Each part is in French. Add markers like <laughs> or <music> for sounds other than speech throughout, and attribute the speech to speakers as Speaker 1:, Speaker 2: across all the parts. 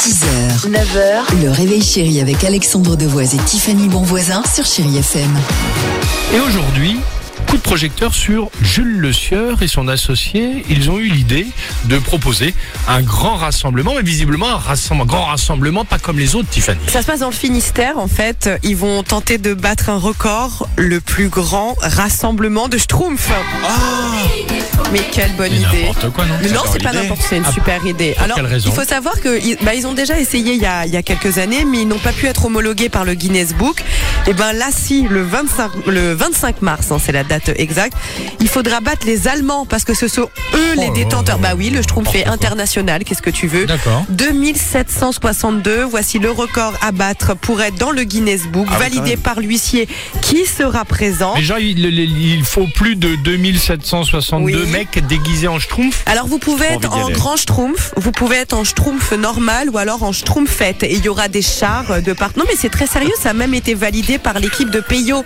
Speaker 1: 6h, 9h, le réveil chéri avec Alexandre Devoise et Tiffany Bonvoisin sur Chéri FM.
Speaker 2: Et aujourd'hui, coup de projecteur sur Jules Le Sieur et son associé. Ils ont eu l'idée de proposer un grand rassemblement, mais visiblement un, rassemble- un grand rassemblement pas comme les autres, Tiffany.
Speaker 3: Ça se passe dans le Finistère en fait. Ils vont tenter de battre un record, le plus grand rassemblement de Schtroumpfs. Mais quelle
Speaker 2: Ah.
Speaker 3: bonne
Speaker 2: Mais
Speaker 3: idée
Speaker 2: n'importe quoi, non
Speaker 3: Mais non,
Speaker 2: J'adore
Speaker 3: c'est pas
Speaker 2: l'idée.
Speaker 3: n'importe, c'est une
Speaker 2: Ah,
Speaker 3: super idée.
Speaker 2: pour
Speaker 3: Alors,
Speaker 2: quelle raison
Speaker 3: il faut savoir que ils- bah, ils ont déjà essayé il y, a, il y a quelques années, mais ils n'ont pas pu être homologués par le Guinness Book. Et ben là, si le 25 le 25 mars, hein, c'est la date exacte, il faudra battre les Allemands parce que ce sont eux
Speaker 2: Oh
Speaker 3: les
Speaker 2: là
Speaker 3: détenteurs.
Speaker 2: là là
Speaker 3: Bah oui,
Speaker 2: là
Speaker 3: le
Speaker 2: là,
Speaker 3: Schtroumpf est
Speaker 2: n'importe quoi.
Speaker 3: international. Qu'est-ce que tu veux
Speaker 2: D'accord.
Speaker 3: 2762. Voici le record à battre pour être dans le Guinness Book,
Speaker 2: Ah ouais, quand
Speaker 3: validé
Speaker 2: même.
Speaker 3: par l'huissier qui sera présent.
Speaker 2: Déjà, il, il- il faut plus de 2762
Speaker 3: Oui.
Speaker 2: mecs déguisés en schtroumpf.
Speaker 3: Alors vous pouvez
Speaker 2: Envie
Speaker 3: être
Speaker 2: d'y
Speaker 3: en
Speaker 2: aller.
Speaker 3: grand schtroumpf, vous pouvez être en schtroumpf normal ou alors en schtroumpfette et il y aura des chars euh, de part. Non mais c'est très sérieux, ça a même été validé par l'équipe de Peyo.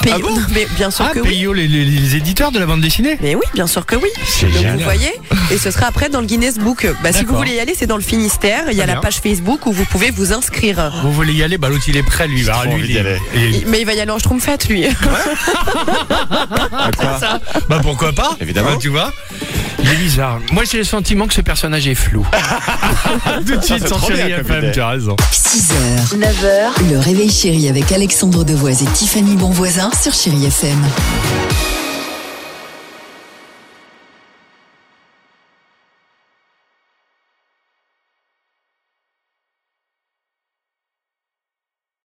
Speaker 3: Peyo,
Speaker 2: Ah bon
Speaker 3: non, mais bien sûr
Speaker 2: Ah,
Speaker 3: que oui.
Speaker 2: Peyo, les, les- les éditeurs de la bande dessinée
Speaker 3: Mais oui, bien sûr que oui.
Speaker 2: C'est
Speaker 3: Donc
Speaker 2: génial.
Speaker 3: vous voyez, et ce sera après dans le Guinness Book. Bah, si vous
Speaker 2: D'accord.
Speaker 3: voulez y aller, c'est dans le Finistère. Il y a
Speaker 2: Très
Speaker 3: la
Speaker 2: bien.
Speaker 3: page Facebook où vous pouvez vous inscrire.
Speaker 2: Vous voulez y aller Bah l'autre il est prêt lui. Bah,
Speaker 4: trop
Speaker 2: lui,
Speaker 4: envie
Speaker 2: il
Speaker 4: d'y
Speaker 2: est-
Speaker 4: aller.
Speaker 2: il est-
Speaker 3: Mais il va y aller en schtroumpfette lui.
Speaker 2: Bah pourquoi pas
Speaker 4: Évidemment.
Speaker 2: Hein, tu vois Il est bizarre. Moi j'ai le sentiment que ce personnage est
Speaker 4: <laughs>
Speaker 2: flou. <laughs> Tout de suite
Speaker 4: c'est
Speaker 2: sur
Speaker 4: trop
Speaker 2: Chéri
Speaker 4: bien comme
Speaker 2: FM,
Speaker 4: idée.
Speaker 2: tu as raison.
Speaker 1: 6h, 9h, le réveil chéri avec Alexandre Devoise et Tiffany Bonvoisin sur Chéri FM.